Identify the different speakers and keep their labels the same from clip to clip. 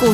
Speaker 1: 股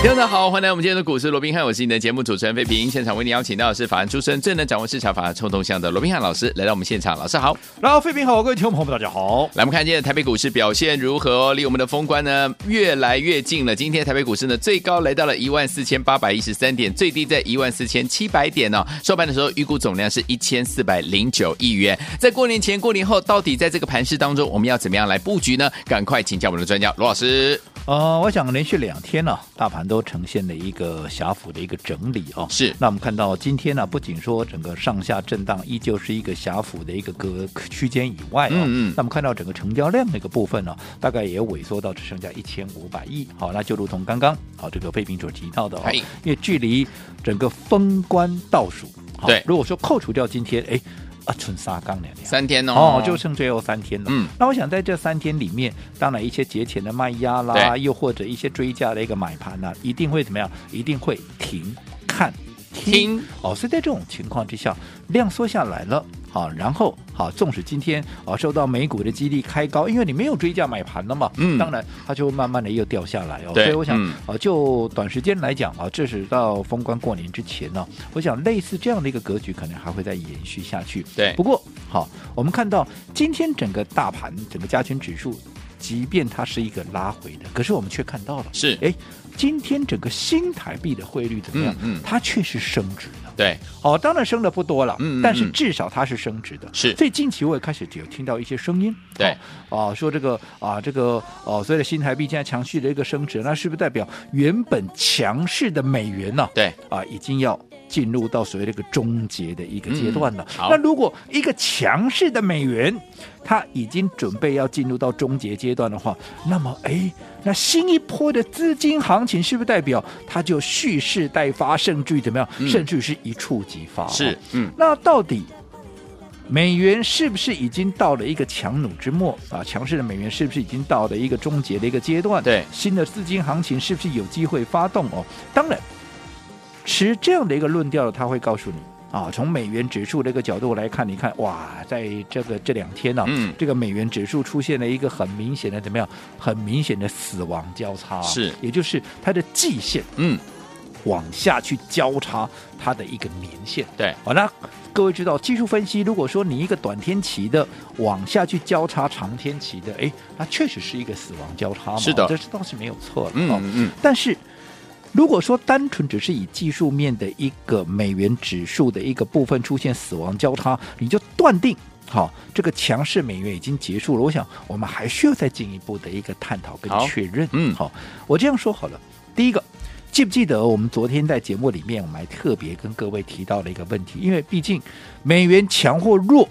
Speaker 2: 听众大家好，欢迎来我们今天的股市罗宾汉，我是你的节目主持人费平。现场为你邀请到的是法案出身、最能掌握市场法案冲动向的罗宾汉老师来到我们现场，老师好。
Speaker 3: 然后，费平好，各位听众朋友们，大家好。
Speaker 2: 来，我们看今天的台北股市表现如何哦、离我们的封关呢越来越近了。今天台北股市呢最高来到了一万四千八百一十三点，最低在一万四千七百点哦。收盘的时候预估总量是一千四百零九亿元。在过年前、过年后，到底在这个盘势当中，我们要怎么样来布局呢？赶快请教我们的专家罗老师。
Speaker 3: 呃，我想连续两天呢、大盘都呈现了一个狭幅的一个整理哦。
Speaker 2: 是
Speaker 3: 那我们看到今天呢、不仅说整哦个上下震荡依旧是一个狭幅的一个格区间以外哦，
Speaker 2: 嗯嗯
Speaker 3: 那我们看到整个成交量的一个部分呢、大概也萎缩到只剩下一千五百亿。好，那就如同刚刚好这个费平所提到的哦
Speaker 2: 嗨，
Speaker 3: 因为距离整个封关倒数，好
Speaker 2: 对
Speaker 3: 如果说扣除掉今天，哎。啊，存沙钢两两，
Speaker 2: 三天哦，
Speaker 3: 哦，就剩最后三天了。
Speaker 2: 嗯
Speaker 3: 那我想在这三天里面，当然一些节前的卖压啦，
Speaker 2: 对
Speaker 3: 又或者一些追加的一个买盘啦、一定会怎么样？一定会停看。
Speaker 2: 听
Speaker 3: 哦，所以在这种情况之下，量缩下来了，好、然后好、纵使今天啊受到美股的激励开高，因为你没有追价买盘了嘛，
Speaker 2: 嗯
Speaker 3: 当然它就慢慢的又掉下来哦，
Speaker 2: 对
Speaker 3: 所以我想
Speaker 2: 嗯
Speaker 3: 啊，就短时间来讲啊，这是到封关过年之前呢、哦我想类似这样的一个格局，可能还会再延续下去。
Speaker 2: 对
Speaker 3: 不过好，我们看到今天整个大盘，整个加权指数，即便它是一个拉回的，可是我们却看到了，
Speaker 2: 是
Speaker 3: 哎，今天整个新台币的汇率怎么样？
Speaker 2: 嗯嗯
Speaker 3: 它确实升值了。
Speaker 2: 对，
Speaker 3: 哦，当然升的不多了，
Speaker 2: 嗯嗯
Speaker 3: 但是
Speaker 2: 嗯
Speaker 3: 至少它是升值的。
Speaker 2: 是
Speaker 3: 所以近期我也开始有听到一些声音，
Speaker 2: 对
Speaker 3: 哦，啊说这个啊，这个哦，所以的新台币现在强势的一个升值，那是不是代表原本强势的美元呢、
Speaker 2: 对，
Speaker 3: 啊，已经要进入到所谓的一个终结的一个阶段了
Speaker 2: 嗯。好
Speaker 3: 那如果一个强势的美元，它已经准备要进入到终结阶段的话，那么哎，那新一波的资金行情是不是代表它就蓄势待发，甚至于怎么样，
Speaker 2: 嗯
Speaker 3: 甚至于是一触即发、
Speaker 2: 是，嗯，
Speaker 3: 那到底美元是不是已经到了一个强弩之末啊？强势的美元是不是已经到了一个终结的一个阶段？
Speaker 2: 对
Speaker 3: 新的资金行情是不是有机会发动哦？当然，持这样的一个论调的，他会告诉你。啊，从美元指数这个角度来看，你看哇，在这个这两天呢、
Speaker 2: 嗯
Speaker 3: 这个美元指数出现了一个很明显的怎么样？很明显的死亡交叉、啊
Speaker 2: 是
Speaker 3: 也就是它的季线
Speaker 2: 嗯，
Speaker 3: 往下去交叉它的一个年限。
Speaker 2: 对，
Speaker 3: 好，那各位知道技术分析，如果说你一个短天期的往下去交叉长天期的，哎，那确实是一个死亡交叉嘛，
Speaker 2: 是的
Speaker 3: 这是倒是没有错了。
Speaker 2: 嗯
Speaker 3: 哦
Speaker 2: 嗯嗯，
Speaker 3: 但是。如果说单纯只是以技术面的一个美元指数的一个部分出现死亡交叉，你就断定好这个强势美元已经结束了。我想我们还需要再进一步的一个探讨跟
Speaker 2: 好
Speaker 3: 确认。
Speaker 2: 嗯
Speaker 3: 好，我这样说好了。第一个，记不记得我们昨天在节目里面，我们还特别跟各位提到了一个问题，因为毕竟美元强或弱。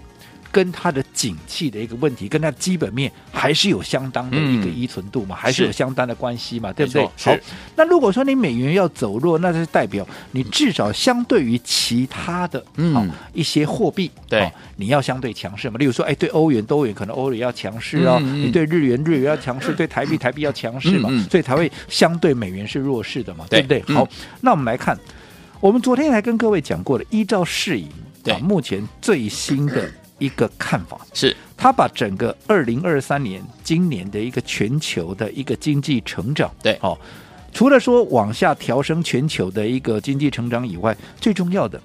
Speaker 3: 跟它的景气的一个问题，跟它基本面还是有相当的一个
Speaker 2: 嗯
Speaker 3: 依存度嘛，还是
Speaker 2: 是
Speaker 3: 有相当的关系嘛，对不对
Speaker 2: 没？错
Speaker 3: 好
Speaker 2: 是，
Speaker 3: 那如果说你美元要走弱，那就是代表你至少相对于其他的
Speaker 2: 嗯
Speaker 3: 好一些货币，
Speaker 2: 对
Speaker 3: 好你要相对强势嘛。例如说，哎，对欧元，对欧元可能欧元要强势哦，
Speaker 2: 嗯嗯
Speaker 3: 你对日元，日元要 强势，对台币，台币要强势嘛，
Speaker 2: 嗯嗯
Speaker 3: 所以才会相对美元是弱势的嘛，
Speaker 2: 对嗯
Speaker 3: 对不对？好，那我们来看，我们昨天还跟各位讲过了，依照市盈
Speaker 2: 对
Speaker 3: 啊，目前最新的一个看法，
Speaker 2: 是，
Speaker 3: 他把整个二零二三年今年的一个全球的一个经济成长，
Speaker 2: 对
Speaker 3: 哦，除了说往下调升全球的一个经济成长以外，最重要的，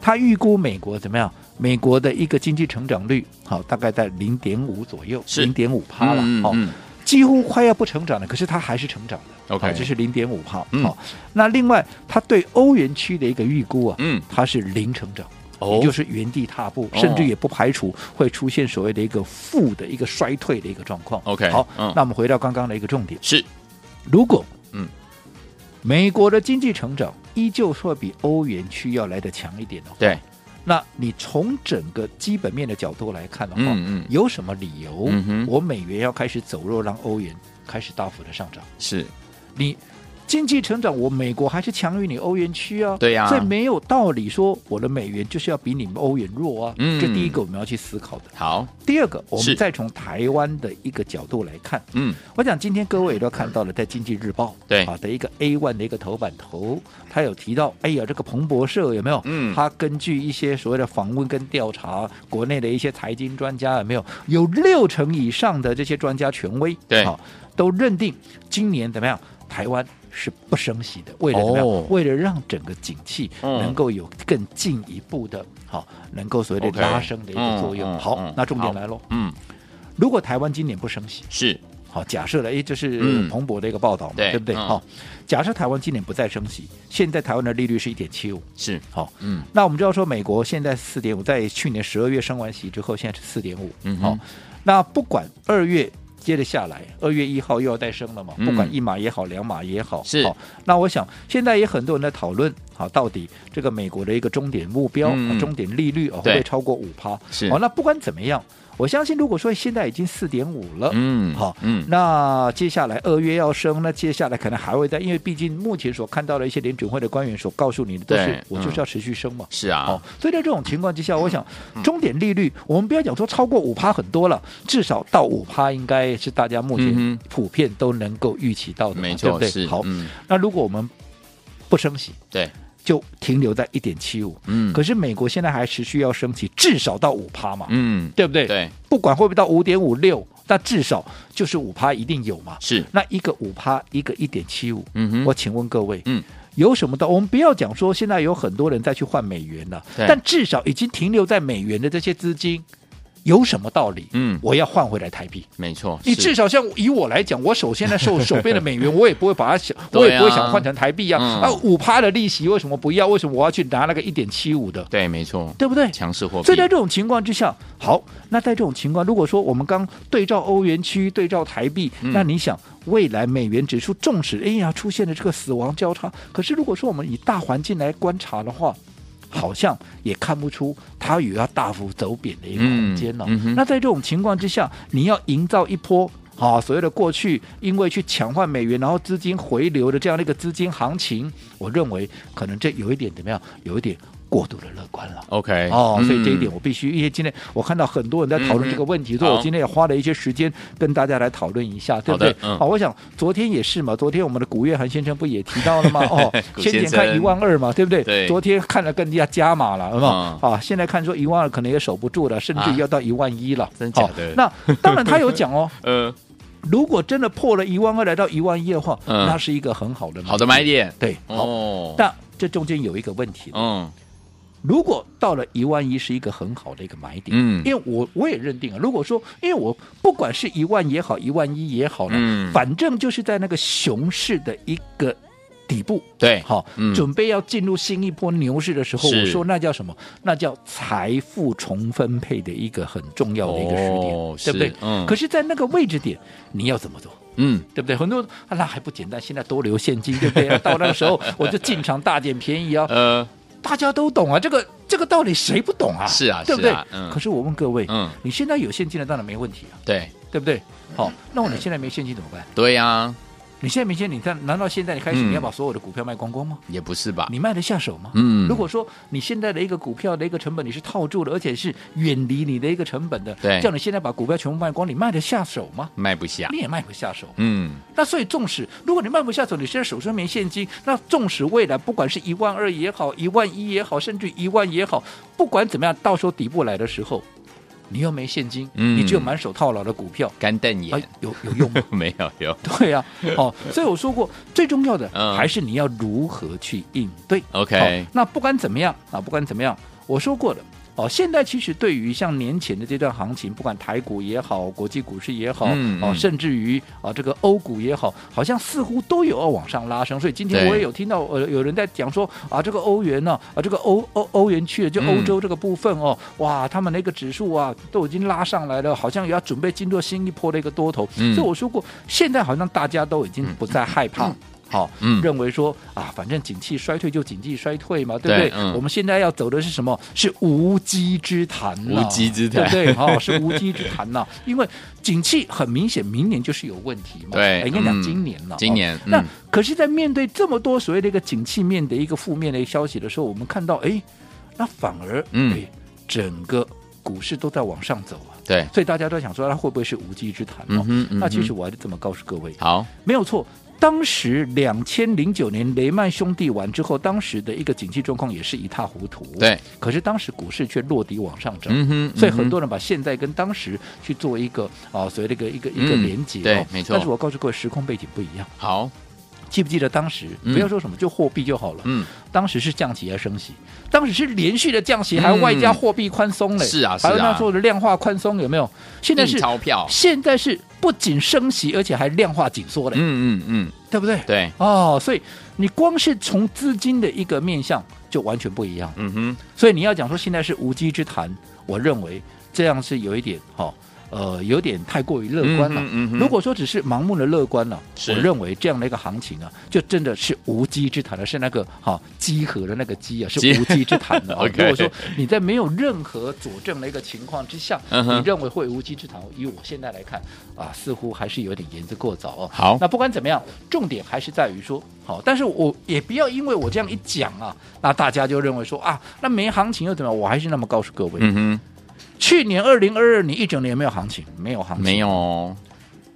Speaker 3: 他预估美国怎么样？美国的一个经济成长率，好、大概在零点五左右，
Speaker 2: 是
Speaker 3: 零点五趴了，
Speaker 2: 嗯嗯
Speaker 3: 好、
Speaker 2: 嗯
Speaker 3: 几乎快要不成长了，可是它还是成长的
Speaker 2: OK
Speaker 3: 好这是零点五趴，好、哦
Speaker 2: 嗯
Speaker 3: 那另外，它对欧元区的一个预估啊，
Speaker 2: 嗯，
Speaker 3: 它是零成长。
Speaker 2: 哦
Speaker 3: 也就是原地踏步，
Speaker 2: 哦
Speaker 3: 甚至也不排除会出现所谓的一个负的一个衰退的一个状况。
Speaker 2: OK，
Speaker 3: 好，
Speaker 2: 嗯
Speaker 3: 那我们回到刚刚的一个重点，
Speaker 2: 是，
Speaker 3: 如果
Speaker 2: 嗯，
Speaker 3: 美国的经济成长依旧会比欧元区要来的强一点的话，
Speaker 2: 对，
Speaker 3: 那你从整个基本面的角度来看的话，
Speaker 2: 嗯嗯
Speaker 3: 有什么理由、
Speaker 2: 嗯哼
Speaker 3: 我美元要开始走弱，让欧元开始大幅的上涨？
Speaker 2: 是，
Speaker 3: 你经济成长，我美国还是强于你欧元区啊。
Speaker 2: 对呀
Speaker 3: 所以没有道理说我的美元就是要比你们欧元弱啊。
Speaker 2: 嗯
Speaker 3: 这第一个我们要去思考的。
Speaker 2: 好，
Speaker 3: 第二个，我
Speaker 2: 是
Speaker 3: 们再从台湾的一个角度来看，
Speaker 2: 嗯，
Speaker 3: 我想今天各位也都看到了，在《经济日报》
Speaker 2: 对
Speaker 3: 啊的一个 A one 的一个头版头，他有提到，哎呀，这个彭博社有没有？
Speaker 2: 嗯
Speaker 3: 他根据一些所谓的访问跟调查，国内的一些财经专家有没有？有六成以上的这些专家权威，
Speaker 2: 对
Speaker 3: 啊都认定今年怎么样？台湾是不升息的，为了怎么样？
Speaker 2: 哦
Speaker 3: 为了让整个景气
Speaker 2: 嗯
Speaker 3: 能够有更进一步的，好、能够所谓的
Speaker 2: OK，
Speaker 3: 拉升的一个作用。
Speaker 2: 嗯嗯
Speaker 3: 好，
Speaker 2: 嗯
Speaker 3: 那重点
Speaker 2: 好
Speaker 3: 来喽，
Speaker 2: 嗯，
Speaker 3: 如果台湾今年不升息，
Speaker 2: 是，
Speaker 3: 好，假设了，哎，这
Speaker 2: 嗯
Speaker 3: 是彭博的一个报道嘛，
Speaker 2: 对
Speaker 3: 对不对？
Speaker 2: 嗯
Speaker 3: 好、假设台湾今年不再升息，现在台湾的利率是一点七五，
Speaker 2: 是，
Speaker 3: 好，
Speaker 2: 嗯，
Speaker 3: 那我们知道说美国现在四点五，在去年十二月升完息之后，现在是四点五，
Speaker 2: 嗯
Speaker 3: 好、
Speaker 2: 哼
Speaker 3: 那不管二月接着下来，二月一号又要再升了嘛，
Speaker 2: 嗯
Speaker 3: 不管一码也好，两码也好，
Speaker 2: 是
Speaker 3: 好，那我想现在也很多人在讨论，好，到底这个美国的一个终点目标、
Speaker 2: 嗯
Speaker 3: 啊终点利率、啊、会不
Speaker 2: 对
Speaker 3: 会超过五趴？
Speaker 2: 是
Speaker 3: 好，那不管怎么样，我相信如果说现在已经四点五了，
Speaker 2: 嗯，
Speaker 3: 好
Speaker 2: 嗯，
Speaker 3: 那接下来二月要升，那接下来可能还会再，因为毕竟目前所看到的一些联准会的官员所告诉你的都
Speaker 2: 对
Speaker 3: 是我就
Speaker 2: 嗯
Speaker 3: 是要持续升嘛。
Speaker 2: 是啊，嗯
Speaker 3: 哦，所以在这种情况之下，我想终点利率，我们不要讲说超过五趴很多了，至少到五趴应该是大家目
Speaker 2: 嗯
Speaker 3: 前
Speaker 2: 哼
Speaker 3: 普遍都能够预期到的嘛，
Speaker 2: 没
Speaker 3: 对不
Speaker 2: 错，
Speaker 3: 对？
Speaker 2: 是，
Speaker 3: 好，
Speaker 2: 嗯，
Speaker 3: 那如果我们不升息，
Speaker 2: 对，
Speaker 3: 就停留在一点七五，
Speaker 2: 嗯，
Speaker 3: 可是美国现在还持续要升息，至少到五趴嘛，
Speaker 2: 嗯，
Speaker 3: 对不对？
Speaker 2: 对，
Speaker 3: 不管会不会到五点五六，那至少就是五趴一定有嘛。
Speaker 2: 是，
Speaker 3: 那一个五趴，一个一点七五，
Speaker 2: 嗯哼
Speaker 3: 我请问各位，
Speaker 2: 嗯，
Speaker 3: 有什么道？我们不要讲说现在有很多人再去换美元了，
Speaker 2: 对
Speaker 3: 但至少已经停留在美元的这些资金，有什么道理？
Speaker 2: 嗯
Speaker 3: 我要换回来台币。
Speaker 2: 没错，
Speaker 3: 你
Speaker 2: 是
Speaker 3: 至少像以我来讲，我手现 在手手边的美元，我也不会把它想，我
Speaker 2: 对啊
Speaker 3: 也不会想换成台币呀。
Speaker 2: 嗯
Speaker 3: 啊，五趴的利息为什么不要？为什么我要去拿那个一点七五的？
Speaker 2: 对，没错，
Speaker 3: 对不对？
Speaker 2: 强势货币，
Speaker 3: 所以在这种情况之下，好，那在这种情况，如果说我们刚对照欧元区、对照台币，
Speaker 2: 嗯
Speaker 3: 那你想未来美元指数纵使哎呀出现了这个死亡交叉，可是如果说我们以大环境来观察的话，好像也看不出它有要大幅走贬的一个空间了、
Speaker 2: 嗯嗯哼
Speaker 3: 那在这种情况之下，你要营造一波。啊，所谓的过去因为去抢换美元，然后资金回流的这样的一个资金行情，我认为可能这有一点怎么样，有一点过度的乐观了。
Speaker 2: OK，
Speaker 3: 哦，所以这一
Speaker 2: 嗯
Speaker 3: 点我必须，因为今天我看到很多人在讨论这个问题，所以
Speaker 2: 好
Speaker 3: 我今天也花了一些时间跟大家来讨论一下，对不对
Speaker 2: 好？的嗯
Speaker 3: 好，我想昨天也是嘛，昨天我们的古月涵先生不也提到了吗？哦
Speaker 2: ，古先
Speaker 3: 先
Speaker 2: 生
Speaker 3: 前看一万二嘛，对不对？
Speaker 2: 对
Speaker 3: 昨天看了更加加码了，有没有？
Speaker 2: 嗯
Speaker 3: 啊，现在看说一万二可能也守不住了，甚至
Speaker 2: 啊
Speaker 3: 要到一万一了。
Speaker 2: 真假
Speaker 3: 好
Speaker 2: 的
Speaker 3: 那当然他有讲 哦，
Speaker 2: 呃，
Speaker 3: 如果真的破了一万二来到一万一的话，
Speaker 2: 嗯
Speaker 3: 那是一个很好的
Speaker 2: 好的买。点，
Speaker 3: 对，好。
Speaker 2: 哦，
Speaker 3: 但这中间有一个问题，
Speaker 2: 嗯
Speaker 3: 如果到了一万一是一个很好的一个买点，
Speaker 2: 嗯
Speaker 3: 因为我我也认定啊，如果说因为我不管是一万也好，一万一也好呢，
Speaker 2: 嗯
Speaker 3: 反正就是在那个熊市的一个底部，
Speaker 2: 对
Speaker 3: 好、
Speaker 2: 嗯
Speaker 3: 准备要进入新一波牛市的时候，
Speaker 2: 是
Speaker 3: 我说那叫什么？那叫财富重分配的一个很重要的一个时点，
Speaker 2: 哦
Speaker 3: 对不对
Speaker 2: 是？嗯
Speaker 3: 可是，在那个位置点，你要怎么做？
Speaker 2: 嗯，
Speaker 3: 对不对？很多人啊那还不简单，现在多留现金，对不对？到那个时候我就进场大捡便宜啊，
Speaker 2: 呃，
Speaker 3: 大家都懂啊，这个这个道理谁不懂啊？
Speaker 2: 是啊
Speaker 3: 对不对？
Speaker 2: 是啊嗯
Speaker 3: 可是我问各位，
Speaker 2: 嗯
Speaker 3: 你现在有现金的当然没问题啊，
Speaker 2: 对
Speaker 3: 对不对？好，那我你现在没现金怎么办？
Speaker 2: 对呀，
Speaker 3: 你现在没现金，你看，难道现在你开始
Speaker 2: 嗯
Speaker 3: 你要把所有的股票卖光光吗？
Speaker 2: 也不是吧？
Speaker 3: 你卖得下手吗？
Speaker 2: 嗯
Speaker 3: 如果说你现在的一个股票的一个成本你是套住的，而且是远离你的一个成本的，
Speaker 2: 对
Speaker 3: 叫你现在把股票全部卖光，你卖得下手吗？
Speaker 2: 卖不下
Speaker 3: 你，也卖不下手。啊
Speaker 2: 嗯，
Speaker 3: 那所以，纵使如果你卖不下手，你现在手上没现金，那纵使未来不管是一万二也好，一万一也好，甚至一万也好，不管怎么样，到时候底部来的时候，你又没现金，
Speaker 2: 嗯
Speaker 3: 你只有满手套牢的股票，
Speaker 2: 干瞪
Speaker 3: 啊
Speaker 2: 眼，，
Speaker 3: 有有用吗？
Speaker 2: 没有有
Speaker 3: 对呀、 哦，所以我说过，最重要的
Speaker 2: 嗯
Speaker 3: 还是你要如何去应对。
Speaker 2: ，OK，
Speaker 3: 好那不管怎么样啊，不管怎么样，我说过了。哦，现在其实对于像年前的这段行情，不管台股也好，国际股市也好，
Speaker 2: 嗯
Speaker 3: 哦，
Speaker 2: 嗯
Speaker 3: 甚至于啊这个欧股也好，好像似乎都有要往上拉升。所以今
Speaker 2: 对
Speaker 3: 天我也有听到呃有人在讲说啊这个欧元呢啊这个欧欧欧元区就
Speaker 2: 嗯
Speaker 3: 欧洲这个部分哦，哇他们那个指数啊都已经拉上来了，好像也要准备进入新一波的一个多头。
Speaker 2: 嗯
Speaker 3: 所以我说过，现在好像大家都已经不再害怕。好、
Speaker 2: 嗯
Speaker 3: 认为说啊，反正景气衰退就景气衰退嘛，对不
Speaker 2: 对
Speaker 3: 对？
Speaker 2: 嗯
Speaker 3: 我们现在要走的是什么？是无稽之谈呐、
Speaker 2: 无稽之谈
Speaker 3: 对不对？哦，是无稽之谈呐、因为景气很明显，明年就是有问题嘛。
Speaker 2: 对
Speaker 3: 哎应该讲
Speaker 2: 嗯
Speaker 3: 今年了、
Speaker 2: 今
Speaker 3: 哦
Speaker 2: 年
Speaker 3: 那
Speaker 2: 嗯
Speaker 3: 可是，在面对这么多所谓的一个景气面的一个负面的一个消息的时候，我们看到，哎，那反而，
Speaker 2: 嗯
Speaker 3: 哎，整个股市都在往上走啊。
Speaker 2: 对，
Speaker 3: 所以大家都想说，那会不会是无稽之谈
Speaker 2: 嗯
Speaker 3: 哦？
Speaker 2: 哼，嗯
Speaker 3: 那其
Speaker 2: 哼
Speaker 3: 实我还是这么告诉各位，
Speaker 2: 好，
Speaker 3: 没有错。当时两千零九年雷曼兄弟完之后，当时的一个景气状况也是一塌糊涂。
Speaker 2: 对，
Speaker 3: 可是当时股市却落底往上涨。
Speaker 2: 嗯哼，
Speaker 3: 所
Speaker 2: 嗯
Speaker 3: 以很
Speaker 2: 哼
Speaker 3: 多人把现在跟当时去做一个啊，所谓的一个一个一个
Speaker 2: 嗯
Speaker 3: 连接、哦
Speaker 2: 对没错
Speaker 3: 但是我告诉各位，时空背景不一样。
Speaker 2: 好，
Speaker 3: 记不记得当时？
Speaker 2: 嗯
Speaker 3: 不要说什么，就货币就好了。
Speaker 2: 嗯，
Speaker 3: 当时是降息还是升息？当时是连续的降息，还外加货币宽松嘞。
Speaker 2: 是啊是
Speaker 3: 还有那
Speaker 2: 啊
Speaker 3: 做的量化宽松有没有？现在
Speaker 2: 印
Speaker 3: 是
Speaker 2: 钞票，
Speaker 3: 现在是不仅升息，而且还量化紧缩嘞，
Speaker 2: 嗯嗯嗯，
Speaker 3: 对不对？
Speaker 2: 对，
Speaker 3: 哦，所以你光是从资金的一个面向就完全不一样。
Speaker 2: 嗯哼，
Speaker 3: 所以你要讲说现在是无稽之谈，我认为这样是有一点哈、哦，呃，有点太过于乐观了。
Speaker 2: 嗯哼嗯哼
Speaker 3: 如果说只是盲目的乐观了、
Speaker 2: 是
Speaker 3: 我认为这样的一个行情啊，就真的是无稽之谈了，是那个哈、鸡和的那个鸡 啊，是
Speaker 2: 鸡
Speaker 3: 无稽之谈的、哦。
Speaker 2: OK
Speaker 3: 如果说你在没有任何佐证的一个情况之下，
Speaker 2: 嗯哼
Speaker 3: 你认为会无稽之谈，以我现在来看啊，似乎还是有点言之过早哦。
Speaker 2: 好
Speaker 3: 那不管怎么样，重点还是在于说，好，但是我也不要因为我这样一讲啊，那大家就认为说啊，那没行情又怎么样？我还是那么告诉各位，
Speaker 2: 嗯哼，
Speaker 3: 去年二零二二你一整年有没有行情，没有行情，
Speaker 2: 没有，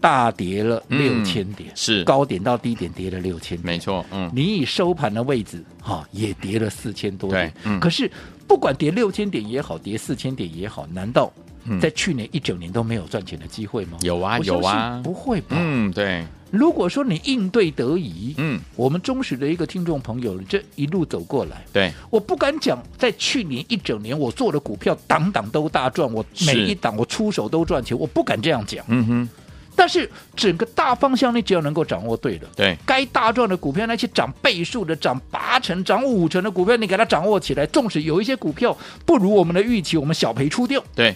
Speaker 3: 大跌了
Speaker 2: 嗯
Speaker 3: 六千点，
Speaker 2: 是
Speaker 3: 高点到低点跌了六千点，
Speaker 2: 没错，嗯，
Speaker 3: 你以收盘的位置哈、也跌了四千多点
Speaker 2: 对。嗯
Speaker 3: 可是不管跌六千点也好，跌四千点也好，难道
Speaker 2: 嗯
Speaker 3: 在去年一整年都没有赚钱的机会吗？
Speaker 2: 有啊
Speaker 3: 我相
Speaker 2: 有啊
Speaker 3: 信不会吧？
Speaker 2: 嗯，对，
Speaker 3: 如果说你应对得宜，
Speaker 2: 嗯，
Speaker 3: 我们忠实的一个听众朋友，这一路走过来，
Speaker 2: 对，
Speaker 3: 我不敢讲，在去年一整年我做的股票，档档都大赚，我
Speaker 2: 是
Speaker 3: 每一档我出手都赚钱，我不敢这样讲。
Speaker 2: 嗯哼，
Speaker 3: 但是整个大方向，你只要能够掌握对了，
Speaker 2: 对，
Speaker 3: 该大赚的股票，那些涨倍数的、涨八成、涨五成的股票，你给它掌握起来。纵使有一些股票不如我们的预期，我们小赔出掉，
Speaker 2: 对，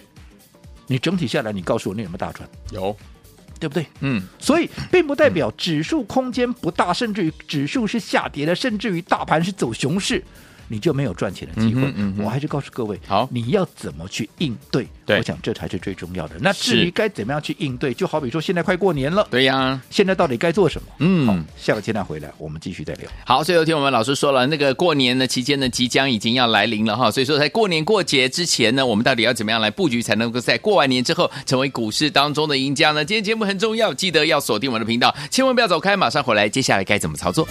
Speaker 3: 你整体下来，你告诉我你有没有大赚，
Speaker 2: 有，
Speaker 3: 对不对？
Speaker 2: 嗯，
Speaker 3: 所以并不代表指数空间不大，甚至于指数是下跌的，甚至于大盘是走熊市，你就没有赚钱的机会。
Speaker 2: 嗯哼嗯哼
Speaker 3: 我还是告诉各位，
Speaker 2: 好
Speaker 3: 你要怎么去应对？
Speaker 2: 对
Speaker 3: 我想这才是最重要的。那
Speaker 2: 是
Speaker 3: 至于该怎么样去应对，就好比说现在快过年了，
Speaker 2: 对呀，
Speaker 3: 现在到底该做什么？
Speaker 2: 嗯。
Speaker 3: 下个阶段回来我们继续再聊。
Speaker 2: 好，所以有听我们老师说了，那个过年呢期间呢即将已经要来临了哈，所以说在过年过节之前呢，我们到底要怎么样来布局，才能够在过完年之后成为股市当中的赢家呢？今天节目很重要，记得要锁定我们的频道，千万不要走开，马上回来，接下来该怎么操作？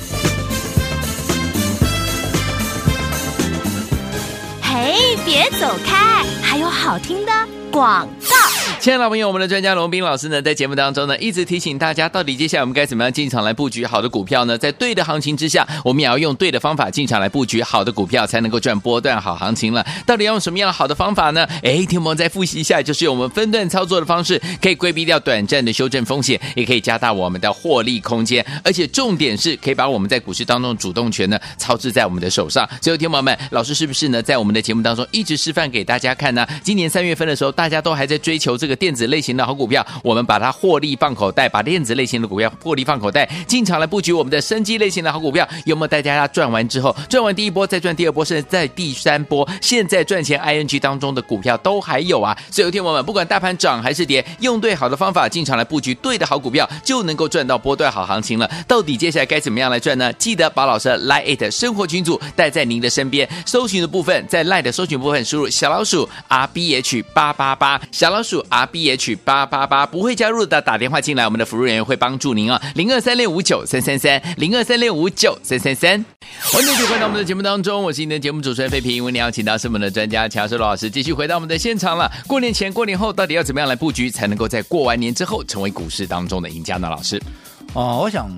Speaker 1: 嘿，别走开，还有好听的广告。
Speaker 2: 亲爱的朋友我们的专家龙斌老师呢，在节目当中呢，一直提醒大家，到底接下来我们该怎么样进场来布局好的股票呢？在对的行情之下，我们也要用对的方法进场来布局好的股票，才能够赚波段好行情了。到底要用什么样的好的方法呢？哎，听我们再复习一下，就是我们分段操作的方式，可以规避掉短暂的修正风险，也可以加大我们的获利空间，而且重点是可以把我们在股市当中的主动权呢操持在我们的手上。所以，听众朋友们，老师是不是呢，在我们的节目当中一直示范给大家看呢？今年三月份的时候，大家都还在追求这个电子类型的好股票，我们把它获利放口袋，把电子类型的股票获利放口袋，进场来布局我们的生机类型的好股票，有没有带大家赚完之后，赚完第一波再赚第二波，甚至在第三波，现在赚钱 ING 当中的股票都还有啊。所以，听众朋友们，不管大盘涨还是跌，用对好的方法进场来布局对的好股票，就能够赚到波段好行情了。到底接下来该怎么样来赚呢？记得把老师的 Line It 生活群组带在您的身边。搜寻的部分，在 Line 的搜寻部分输入小老鼠 R B H 八八八，小老鼠 R B H 八八八，不会加入的打电话进来，我们的服务人员会帮助您哦。零二三六五九三三三，零二三六五九三三三。欢迎继续回到我们的节目当中，我是您的节目主持人费平。为您邀请到是我们的专家乔世罗老师，继续回到我们的现场了。过年前、过年后，到底要怎么样来布局，才能够在过完年之后成为股市当中的赢家呢？老师，
Speaker 3: 哦，我想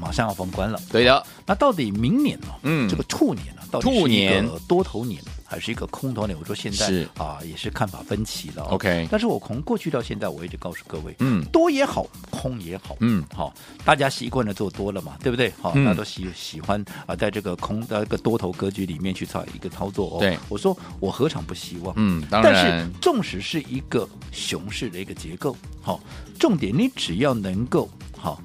Speaker 3: 马上要封关了，
Speaker 2: 对的，
Speaker 3: 那到底明年呢、
Speaker 2: 嗯
Speaker 3: 这个兔年呢、到底
Speaker 2: 兔
Speaker 3: 是一
Speaker 2: 年
Speaker 3: 个多头年还是一个空头年？我说现在
Speaker 2: 是
Speaker 3: 啊，也是看法分歧了哦、
Speaker 2: OK
Speaker 3: 但是我从过去到现在，我一直告诉各位，
Speaker 2: 嗯
Speaker 3: 多也好，空也好，
Speaker 2: 嗯
Speaker 3: 好、大家习惯了做多了嘛，对不对？好、
Speaker 2: 嗯
Speaker 3: 大家都喜喜欢啊，在这个空呃这个多头格局里面去操一个操作哦。
Speaker 2: 对，
Speaker 3: 我说我何尝不希望？
Speaker 2: 嗯，当
Speaker 3: 但是
Speaker 2: 然，
Speaker 3: 纵使是一个熊市的一个结构，好、重点你只要能够好、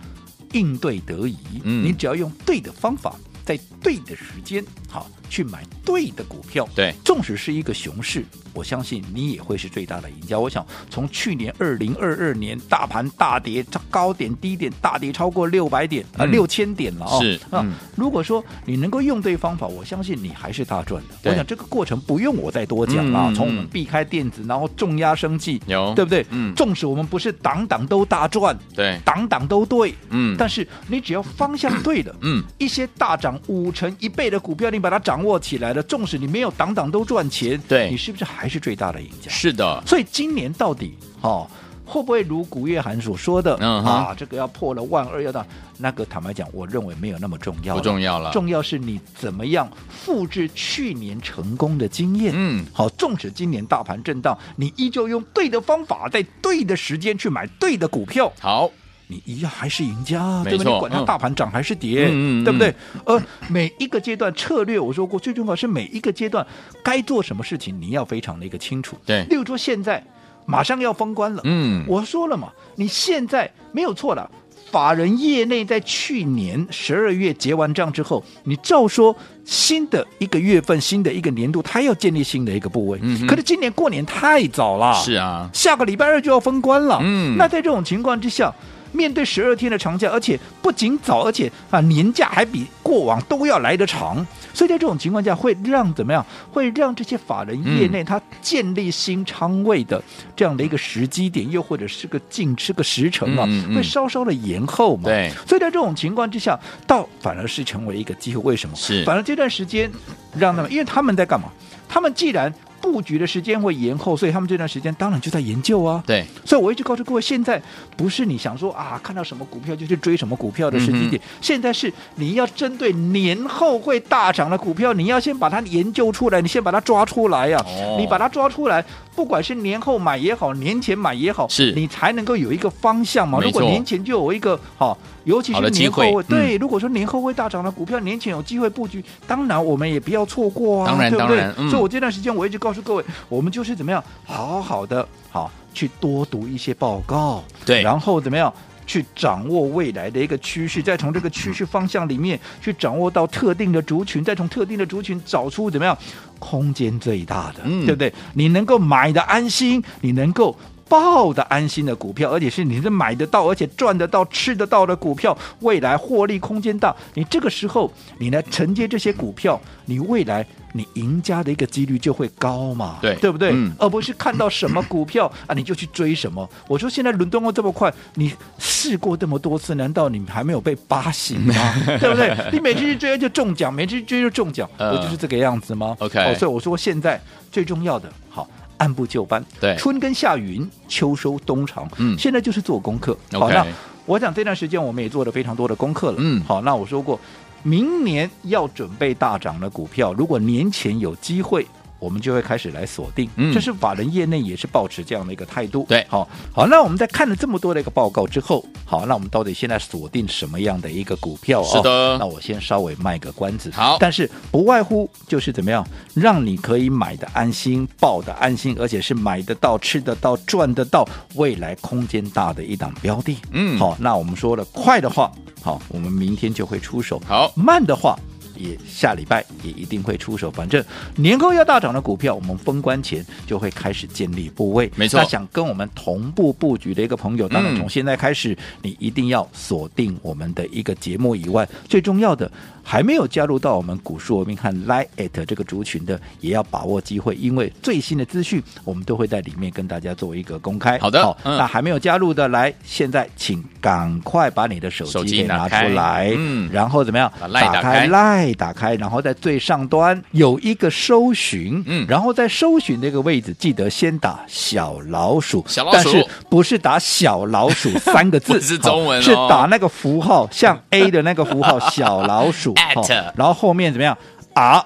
Speaker 3: 应对得宜。
Speaker 2: 嗯
Speaker 3: 你只要用对的方法，在对的时间，好去买对的股票，
Speaker 2: 对，
Speaker 3: 纵使是一个熊市，我相信你也会是最大的赢家。我想从去年二零二二年大盘大跌，高点低点大跌超过六百点啊
Speaker 2: 嗯
Speaker 3: 六千点了哦。
Speaker 2: 是
Speaker 3: 啊
Speaker 2: 嗯，
Speaker 3: 如果说你能够用对方法，我相信你还是大赚的。
Speaker 2: 对
Speaker 3: 我想这个过程不用我再多讲
Speaker 2: 嗯嗯
Speaker 3: 了啊，
Speaker 2: 嗯
Speaker 3: 从我们避开电子，然后重压生计，
Speaker 2: 有
Speaker 3: 对不对？
Speaker 2: 嗯
Speaker 3: 纵使我们不是档档都大赚，
Speaker 2: 对，
Speaker 3: 档档都对，
Speaker 2: 嗯
Speaker 3: 但是你只要方向对了，
Speaker 2: 嗯，
Speaker 3: 一些大涨五成一倍的股票，你把它掌握起来了，纵使你没有档档都赚钱，
Speaker 2: 对
Speaker 3: 你是不是还是最大的赢家？
Speaker 2: 是的，
Speaker 3: 所以今年到底哦，会不会如古月涵所说的、
Speaker 2: 嗯哼
Speaker 3: 啊，这个要破了万二要到那个？坦白讲，我认为没有那么重要，
Speaker 2: 不重要了，
Speaker 3: 重要是你怎么样复制去年成功的经验。
Speaker 2: 嗯，
Speaker 3: 好，纵使今年大盘震荡，你依旧用对的方法，在对的时间去买对的股票，
Speaker 2: 好，
Speaker 3: 你一样还是赢家啊，
Speaker 2: 没
Speaker 3: 对不对？
Speaker 2: 错
Speaker 3: 你管它
Speaker 2: 嗯
Speaker 3: 大盘涨还是跌，
Speaker 2: 嗯嗯嗯
Speaker 3: 对不对？呃，每一个阶段策略，我说过，最重要是每一个阶段该做什么事情，你要非常的一个清楚。
Speaker 2: 对
Speaker 3: 例如说现在马上要封关了，
Speaker 2: 嗯，
Speaker 3: 我说了嘛，你现在没有错了。法人业内在去年十二月结完账之后，你照说新的一个月份、新的一个年度，他要建立新的一个部位。
Speaker 2: 嗯哼
Speaker 3: 可是今年过年太早了，
Speaker 2: 是啊，
Speaker 3: 下个礼拜二就要封关了。
Speaker 2: 嗯
Speaker 3: 那在这种情况之下，面对十二天的长假，而且不仅早，而且啊年假还比过往都要来得长，所以在这种情况下，会让怎么样？会让这些法人业内他建立新仓位的这样的一个时机点，又或者是个进是个时程啊，
Speaker 2: 嗯嗯嗯
Speaker 3: 会稍稍的延后嘛。
Speaker 2: 对，
Speaker 3: 所以在这种情况之下，倒反而是成为一个机会。为什么？
Speaker 2: 是
Speaker 3: 反而这段时间让他们，因为他们在干嘛？他们既然布局的时间会延后，所以他们这段时间当然就在研究啊。
Speaker 2: 对，
Speaker 3: 所以我一直告诉各位，现在不是你想说啊，看到什么股票就去追什么股票的时机点，
Speaker 2: 嗯
Speaker 3: 现在是你要针对年后会大涨的股票，你要先把它研究出来，你先把它抓出来啊呀、
Speaker 2: 哦
Speaker 3: 你把它抓出来，不管是年后买也好，年前买也好，
Speaker 2: 是
Speaker 3: 你才能够有一个方向嘛。
Speaker 2: 没
Speaker 3: 如果
Speaker 2: 错
Speaker 3: 年前就有一个好、尤其
Speaker 2: 好的
Speaker 3: 是
Speaker 2: 机
Speaker 3: 年后
Speaker 2: 会嗯
Speaker 3: 会对，如果说年后会大涨的股票，年前有机会布局，当然我们也不要错过啊，
Speaker 2: 当然
Speaker 3: 对不对
Speaker 2: 当然嗯
Speaker 3: 所以我这段时间我一直告诉各位，我们就是怎么样好好的好去多读一些报告，
Speaker 2: 对
Speaker 3: 然后怎么样？去掌握未来的一个趋势，再从这个趋势方向里面去掌握到特定的族群，再从特定的族群找出怎么样空间最大的，
Speaker 2: 嗯
Speaker 3: 对不对？你能够买的安心，你能够抱的安心的股票，而且是你是买得到，而且赚得到、吃得到的股票，未来获利空间大。你这个时候你来承接这些股票，你未来你赢家的一个几率就会高嘛，
Speaker 2: 对
Speaker 3: 对不对？
Speaker 2: 嗯
Speaker 3: 而不是看到什么股票啊，你就去追什么。 我说现在轮动过这么快，你试过这么多次，难道你还没有被扒醒 吗？对不对？你每次去追就中奖，每次去追就中奖，
Speaker 2: 呃
Speaker 3: 我就是这个样子吗
Speaker 2: OK
Speaker 3: 哦所以我说现在最重要的，好。按部就班，
Speaker 2: 对
Speaker 3: 春耕夏耘，秋收冬藏，
Speaker 2: 嗯
Speaker 3: 现在就是做功课。好，
Speaker 2: OK
Speaker 3: 那我想这段时间我们也做了非常多的功课了，
Speaker 2: 嗯
Speaker 3: 好，那我说过，明年要准备大涨的股票，如果年前有机会。我们就会开始来锁定，
Speaker 2: 嗯
Speaker 3: 这是法人业内也是保持这样的一个态度。
Speaker 2: 对
Speaker 3: 好，好，那我们在看了这么多的一个报告之后，好，那我们到底现在锁定什么样的一个股票、哦？
Speaker 2: 是的
Speaker 3: 那我先稍微卖个关子。
Speaker 2: 好
Speaker 3: 但是不外乎就是怎么样，让你可以买的安心，抱的安心，而且是买得到、吃得到、赚得到，未来空间大的一档标的。
Speaker 2: 嗯
Speaker 3: 好，那我们说了快的话，好，我们明天就会出手；
Speaker 2: 好，
Speaker 3: 慢的话。也下礼拜也一定会出手，反正年后要大涨的股票，我们封关前就会开始建立部位。
Speaker 2: 没错
Speaker 3: 那想跟我们同步布局的一个朋友，当然
Speaker 2: 嗯
Speaker 3: 从现在开始，你一定要锁定我们的一个节目以外，最重要的还没有加入到我们股市文明和 Line at 这个族群的，也要把握机会，因为最新的资讯我们都会在里面跟大家做一个公开。
Speaker 2: 好的
Speaker 3: 好，
Speaker 2: 嗯
Speaker 3: 那还没有加入的，来，现在请赶快把你的手
Speaker 2: 手机
Speaker 3: 机给
Speaker 2: 拿
Speaker 3: 拿
Speaker 2: 开
Speaker 3: 出来，
Speaker 2: 嗯
Speaker 3: 然后怎么样？
Speaker 2: 把 Line 打开
Speaker 3: 开 Line 打开，然后在最上端有一个搜寻，
Speaker 2: 嗯
Speaker 3: 然后在搜寻这个位置，记得先打小老鼠，
Speaker 2: 小老
Speaker 3: 但
Speaker 2: 鼠
Speaker 3: 是不是打小老 鼠三个字，
Speaker 2: 不是中文哦
Speaker 3: 好是打那个符号，像 A 的那个符号小老 鼠
Speaker 2: At
Speaker 3: 好然后后面怎么样？R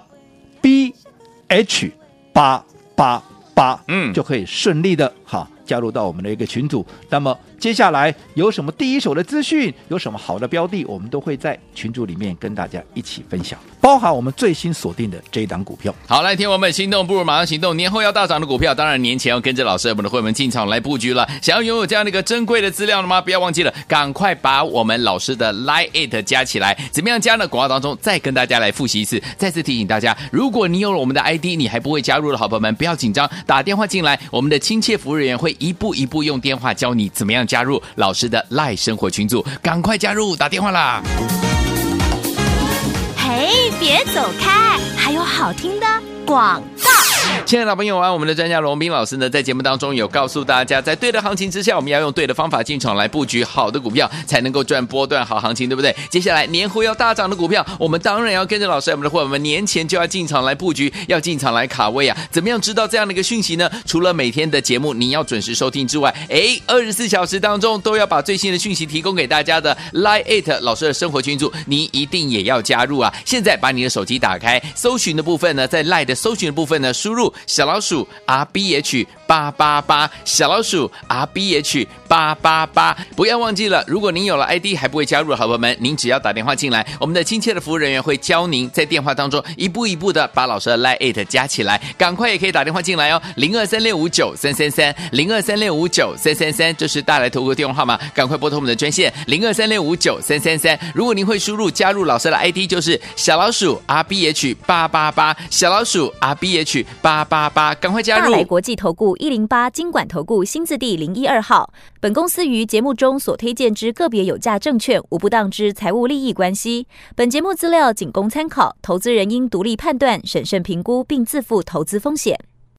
Speaker 3: B H 八八八，
Speaker 2: 嗯
Speaker 3: 就可以顺利的哈加入到我们的一个群组。那么接下来有什么第一手的资讯，有什么好的标的，我们都会在群组里面跟大家一起分享，包含我们最新锁定的这一档股票。
Speaker 2: 好，来，天王们，心动不如马上行动。年后要大涨的股票，当然年前要跟着老师我们的会员进场来布局了。想要拥有这样的一个珍贵的资料了吗？不要忘记了，赶快把我们老师的 Line It 加起来。怎么样加呢？广告当中再跟大家来复习一次。再次提醒大家，如果你有了我们的 ID，你还不会加入的好朋友们，不要紧张，打电话进来，我们的亲切服务人员会一步一步用电话教你怎么样加入老师的 Line 生活群组。赶快加入，打电话啦！
Speaker 1: 嘿，别走开，还有好听的广告。
Speaker 2: 亲爱的老朋友啊，我们的专家龙斌老师呢，在节目当中有告诉大家，在对的行情之下，我们要用对的方法进场来布局好的股票，才能够赚波段好行情，对不对？接下来年后要大涨的股票，我们当然要跟着老师，我们的伙伴们年前就要进场来布局，要进场来卡位啊！怎么样知道这样的一个讯息呢？除了每天的节目你要准时收听之外，哎，二十四小时当中都要把最新的讯息提供给大家的 Line It 老师的生活群组，你一定也要加入啊！现在把你的手机打开，搜寻的部分呢，在 Line 的搜寻的部分呢，输入小老鼠 R B H 八八八，小老鼠 R B H 八八八。不要忘记了，如果您有了 ID 还不会加入的好朋友们，您只要打电话进来，我们的亲切的服务人员会教您在电话当中一步一步的把老师的 Line It 加起来。赶快也可以打电话进来哦，零二三六五九三三三，零二三六五九三三三，这是大来投顾的电话号码，赶快拨通我们的专线零二三六五九三三三。如果您会输入加入老师的 ID 就是小老鼠 R B H 八八八，小老鼠 R B H 八八八，赶快加
Speaker 4: 大
Speaker 2: 入。
Speaker 4: 来国际投顾一零八金管投顾新字第零一二号。本公司于节目中所推荐之个别有价证券，无不当之财务利益关系。本节目资料仅供参考，投资人应独立判断、审慎评估，并自负投资风险。